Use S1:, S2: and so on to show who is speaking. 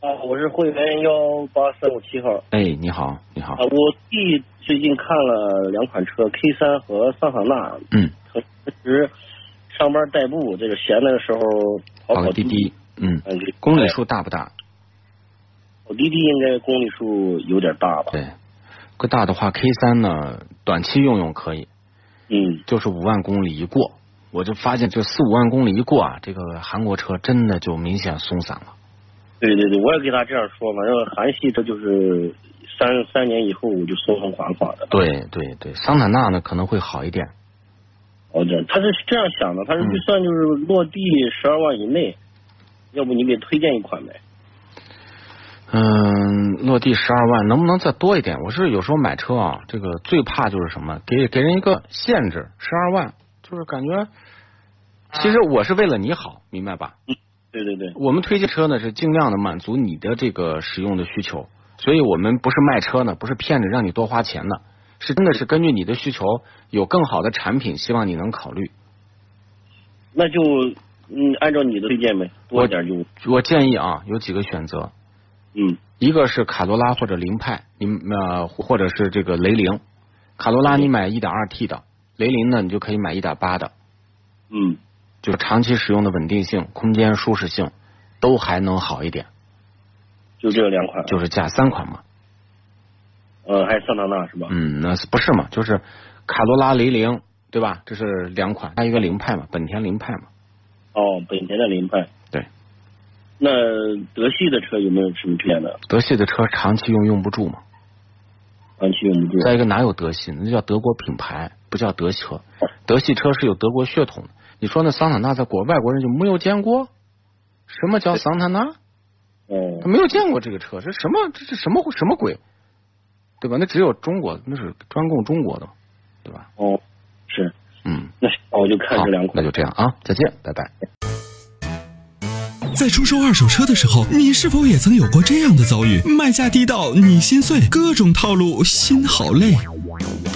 S1: 啊，我是会员幺八三五七号，
S2: 哎，你好，你好
S1: 啊，，我弟最近看了两款车，K 三和桑塔纳，
S2: 嗯，
S1: 和平时上班代步，这个闲的时候
S2: 好
S1: 跑跑
S2: 个滴滴，嗯，
S1: 嗯，给
S2: 公里数大不大？
S1: 跑滴滴应该公里数有点大吧？
S2: 对，个大的话，K 三呢，短期用用可以，
S1: 嗯，
S2: 就是五万公里一过，我就发现这四五万公里一过啊，这个韩国车真的就明显松散了。
S1: 对对对，我也给他这样说嘛，然后韩系它就是三三年以后我就松松垮垮的，
S2: 对对对，桑塔纳呢可能会好一点，
S1: 好的，他是哦这样想的，他是
S2: 嗯
S1: 预算就是落地十二万以内，要不你给推荐一款呗？
S2: 嗯，落地十二万，能不能再多一点？我是有时候买车啊，这个最怕就是什么，给给人一个限制，十二万，就是感觉，其实我是为了你好，明白吧？
S1: 对对对，
S2: 我们推荐车呢是尽量的满足你的这个使用的需求，所以我们不是卖车呢，不是骗着让你多花钱呢，是真的是根据你的需求有更好的产品，希望你能考虑。
S1: 那就嗯，按照你的推荐呗，多一点就
S2: 我建议啊，有几个选择，
S1: 嗯
S2: 一个是卡罗拉或者凌派，你呃或者是这个雷凌。卡罗拉你买 1.2T 的，雷凌呢你就可以买1.8的，
S1: 嗯
S2: 就是长期使用的稳定性、空间舒适性都还能好一点，
S1: 就这两款，
S2: 就是加三款嘛。
S1: 呃，还有桑塔纳是吧？
S2: 嗯，那是不是嘛？就是卡罗拉、雷凌，对吧？这是两款，还有一个凌派嘛，本田凌派嘛。
S1: 哦，本田的凌派。
S2: 对。
S1: 那德系的车有没有什么推荐的？
S2: 德系的车长期用用不住嘛。
S1: 安全用不住。
S2: 再一个哪有德系呢？那叫德国品牌，不叫德系车。德系车是有德国血统的。你说那桑塔纳在国外国人就没有见过？什么叫桑塔纳？
S1: 哦
S2: 他，没有见过这个车，这什么这这什么什么鬼？对吧？那只有中国，那是专供中国的，对吧？
S1: 哦，是。
S2: 嗯，
S1: 那我就看
S2: 好
S1: 这两，
S2: 那
S1: 款。
S2: 就这样啊，再见，拜拜。
S3: 在出售二手车的时候，你是否也曾有过这样的遭遇？卖价低到你心碎，各种套路，心好累。